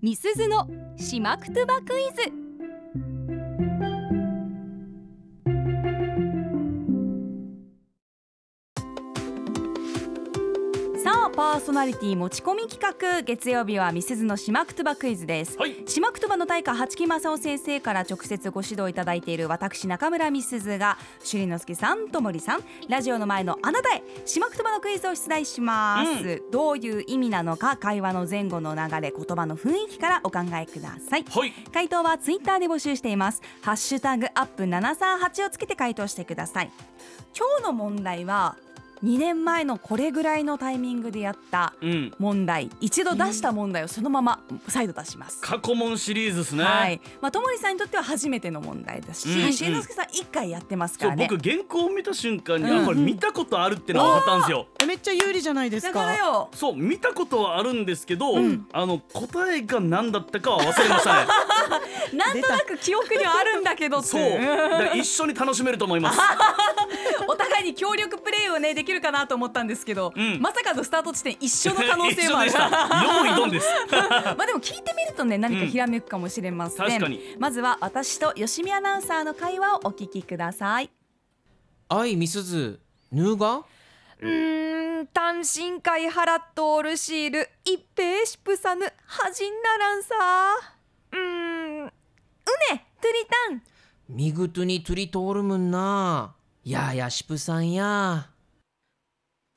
みすずのしまくとばクイズさあパーソナリティ持ち込み企画月曜日はみすずのしまくとばクイズですはい。島くとばの大家八木正夫先生から直接ご指導いただいている私中村美鈴が朱里之助さんと森さんラジオの前のあなたへ島くとばのクイズを出題します、うどういう意味なのか会話の前後の流れ言葉の雰囲気からお考えくださいはい。回答はツイッターで募集していますハッシュタグアップ738をつけて回答してください今日の問題は2年前のこれぐらいのタイミングでやったうん。問題一度出した問題をそのまま再度出します過去問シリーズですね。はい、まあ、ともりさんにとっては初めての問題ですうんうし、んしんのすけさん一回やってますかそうらね。僕原稿を見た瞬間に、うんあこれ見たことあるってのは分かったんですよ。えめっちゃ有利じゃないですだかからよ。そう見たことはあるんですけど、あの答えが何だったかは忘れま したね。なんとなく記憶にはあるんだけどってそうい。う。だから一緒に楽しめると思います。お互いに協力プレーをねできるかなと思ったんですけど、うんまさかのスタート地点一緒の可能性もある一緒でし。た。用意ドンです。 まあでも聞いてみるとね何かひらめくかもしれません。うん確かにまずは私と吉見アナウンサーの会話をお聞きください。あいみすずぬがうーん、単身会払っとおるシール、一平しぷさぬ、恥んならんさ。うーん、うね、トゥリタン。みぐとにとりとおるむんなやあやしぷさんや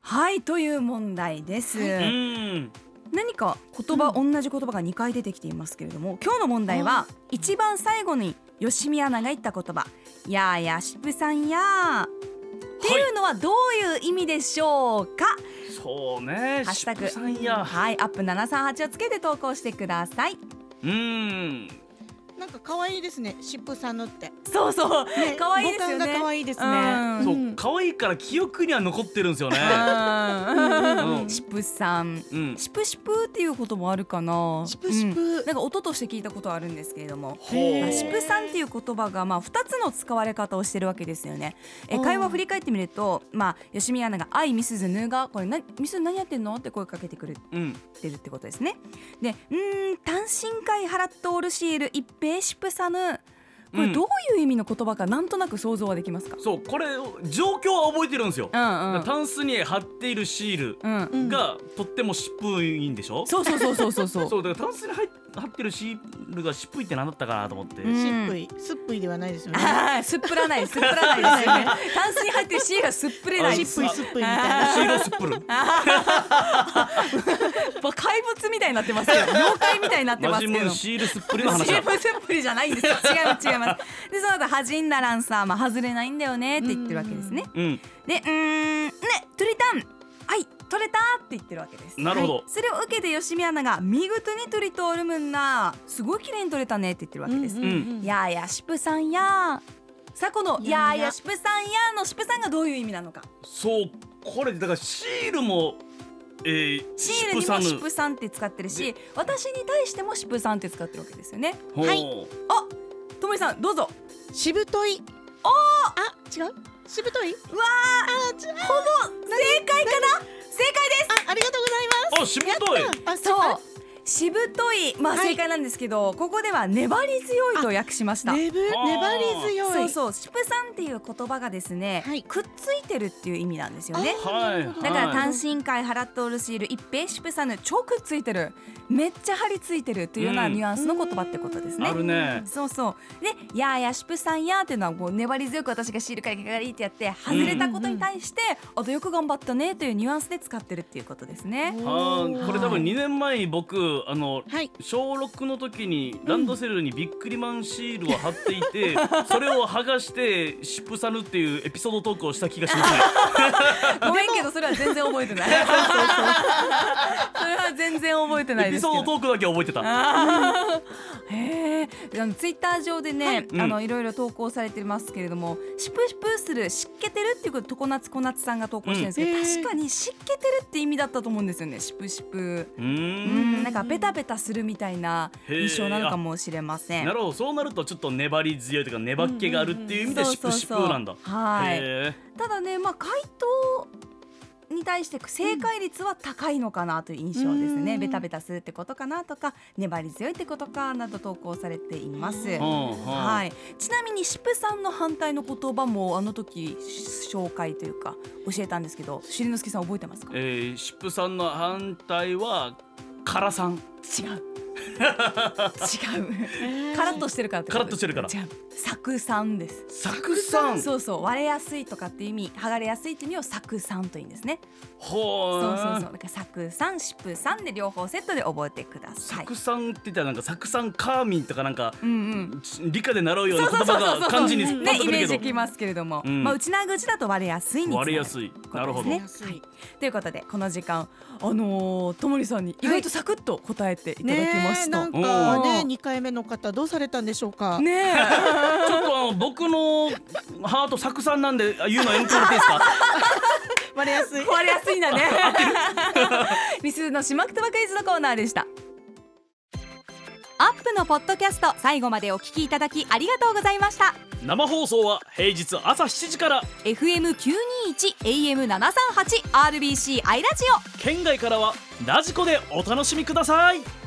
はいという問題です。うん。何か言葉、同じ言葉が2回出てきていますけれども今日の問題は一番最後に吉見アナが言った言葉「やーやしぷさんやー」っていうのはどういう意味でしょうか、そうね。ハッシュタグシップさんや。はい、アップ738をつけて投稿してくださいうん。なんか可愛いですねシップさんのってそうそうね可愛いですよね語感が可愛いですねうんそう、ん可愛いから記憶には残ってるんですよね。うんうんしぷさんうん。しぷしぷっていう言葉あるかなシップシップ、うんなんか音として聞いたことあるんですけれどもほまあう。シプさんっていう言葉がまあ2つの使われ方をしてるわけですよね。えうん会話を振り返ってみると、まあ、吉見アナが「あいみすずぬが」これな「みすず何やってんの?」って声かけてくれうん。てるってことですね。で「うーん単身会払っとおるシール一平シプさぬ」こうれんどういう意味の言葉かなんとなく想像はできますか、そうこれを状況は覚えてるんですよ。うだかんうらんタンスに貼っているシール。うんうんがとってもしっぷいんでしょそうそうそうそうそうそうそうだからタンスに入っ貼ってるシールがしっぷいって何だったかなと思って、うんシップイすっぷいではないですよねあーすっぷらないすっぷらないですよねタンスに入ってるシールがすっぷれないシップイすっぷいみたいなシールをすっ ぷるまあ怪物みたいになってますけど妖怪みたいになってまマすけジどムーンシールすっぷりの話シだープスプリじゃないんですよ違う違いますでその後はじんだらんさまあ外れないんだよねって言ってるわけですねうんでうーんね取れたんはい取れたって言ってるわけですなるほど、それを受けて吉見アナが見事に取りとおるむんなすごい綺麗に取れたねって言ってるわけです、んやーやしぷさんやーさあこの「やーやしぷさんやー」のしぷさんがどういう意味なのかそうこれだからシールも、えー、シールにもしぷさんって使ってるし私に対してもしぷさんって使ってるわけですよねほうはいともりさんどうぞしぶといあ違うしぶというわーほぼ正解かな正解ですあありがとうございますあしぶといやったあそうしぶといまあはい正解なんですけど、ここでは粘り強いと訳しましたねぶあー粘り強いそうそうシプさんっていう言葉がですね、はいくっついてるっていう意味なんですよねあはいだからはい単身会払っとおるシール一平シプさぬ超くっついてるめっちゃ張り付いてるというようなうんニュアンスの言葉ってことですね、あるねそうそうで「やーやシプさんや」っていうのはもう粘り強く私がシールからガガリってやって外れたことに対して、あとよく頑張ったねというニュアンスで使ってるっていうことです ね。はーこれ多分2年前に僕あのはい小6の時にランドセルにビックリマンシールを貼っていて、 それを剥がしてシップさぬっていうエピソードトークをした気がしますねごめんけどそれは全然覚えて ない。それは全然覚えて ないエでピすけソードど。トークだけ覚えてたあー へえ、あのツイッター上でね、うんあのいろいろ投稿されてますけれども、シプシプする湿気てるっていうこと常夏小夏さんが投稿してるんですけど、うんへー確かに湿気てるって意味だったと思うんですよね、シプシプ。ううーんん、なんかベタベタするみたいな印象なのかもしれません。なるほどそうなるとちょっと粘り強いというか粘っ気があるっていう意味でそうシッそうプシップそうなんだはい。へただね、まあ回答に対して正解率は高いのかなという印象ですね、うんベタベタするってことかなとか粘り強いってことかなど投稿されています、ははい、ちなみにシプさんの反対の言葉もあの時紹介というか教えたんですけどしりのすけさん覚えてますかえー、シップさんの反対はからさん違う 違 うカラッとしてるからってカラッとしてるからじゃあ酢酸ですさくさんそうそう割れやすいとかっていう意味剥がれやすいっていう意味を酢酸というんですねほそううそうそうだから酢酸シプ酸で両方セットで覚えてください酢酸って言ったらなんか酢酸カーミンとかなんかうんうん理科で習うような言そう葉が漢字にそうそうそうパッねとイくメーるジけきますけれども、うんまあ内な口だと割れやすいにつどなが割るれやすいなるほど、ねはいということでこの時間あのー、ともりさんに意外とサクッと答えていただきました、えなんかうねん二回目の方どうされたんでしょうか。ね えちょっとあの僕のハート酢酸なんであ言うのやめてもらっていいですか 割れやすい。割れやすいんだ ねミスズのしまくとばクイズのコーナーでしたアップのポッドキャスト最後までお聞きいただきありがとうございました生放送は平日朝7時から FM921 AM738 RBC アイラジオ県外からはラジコでお楽しみください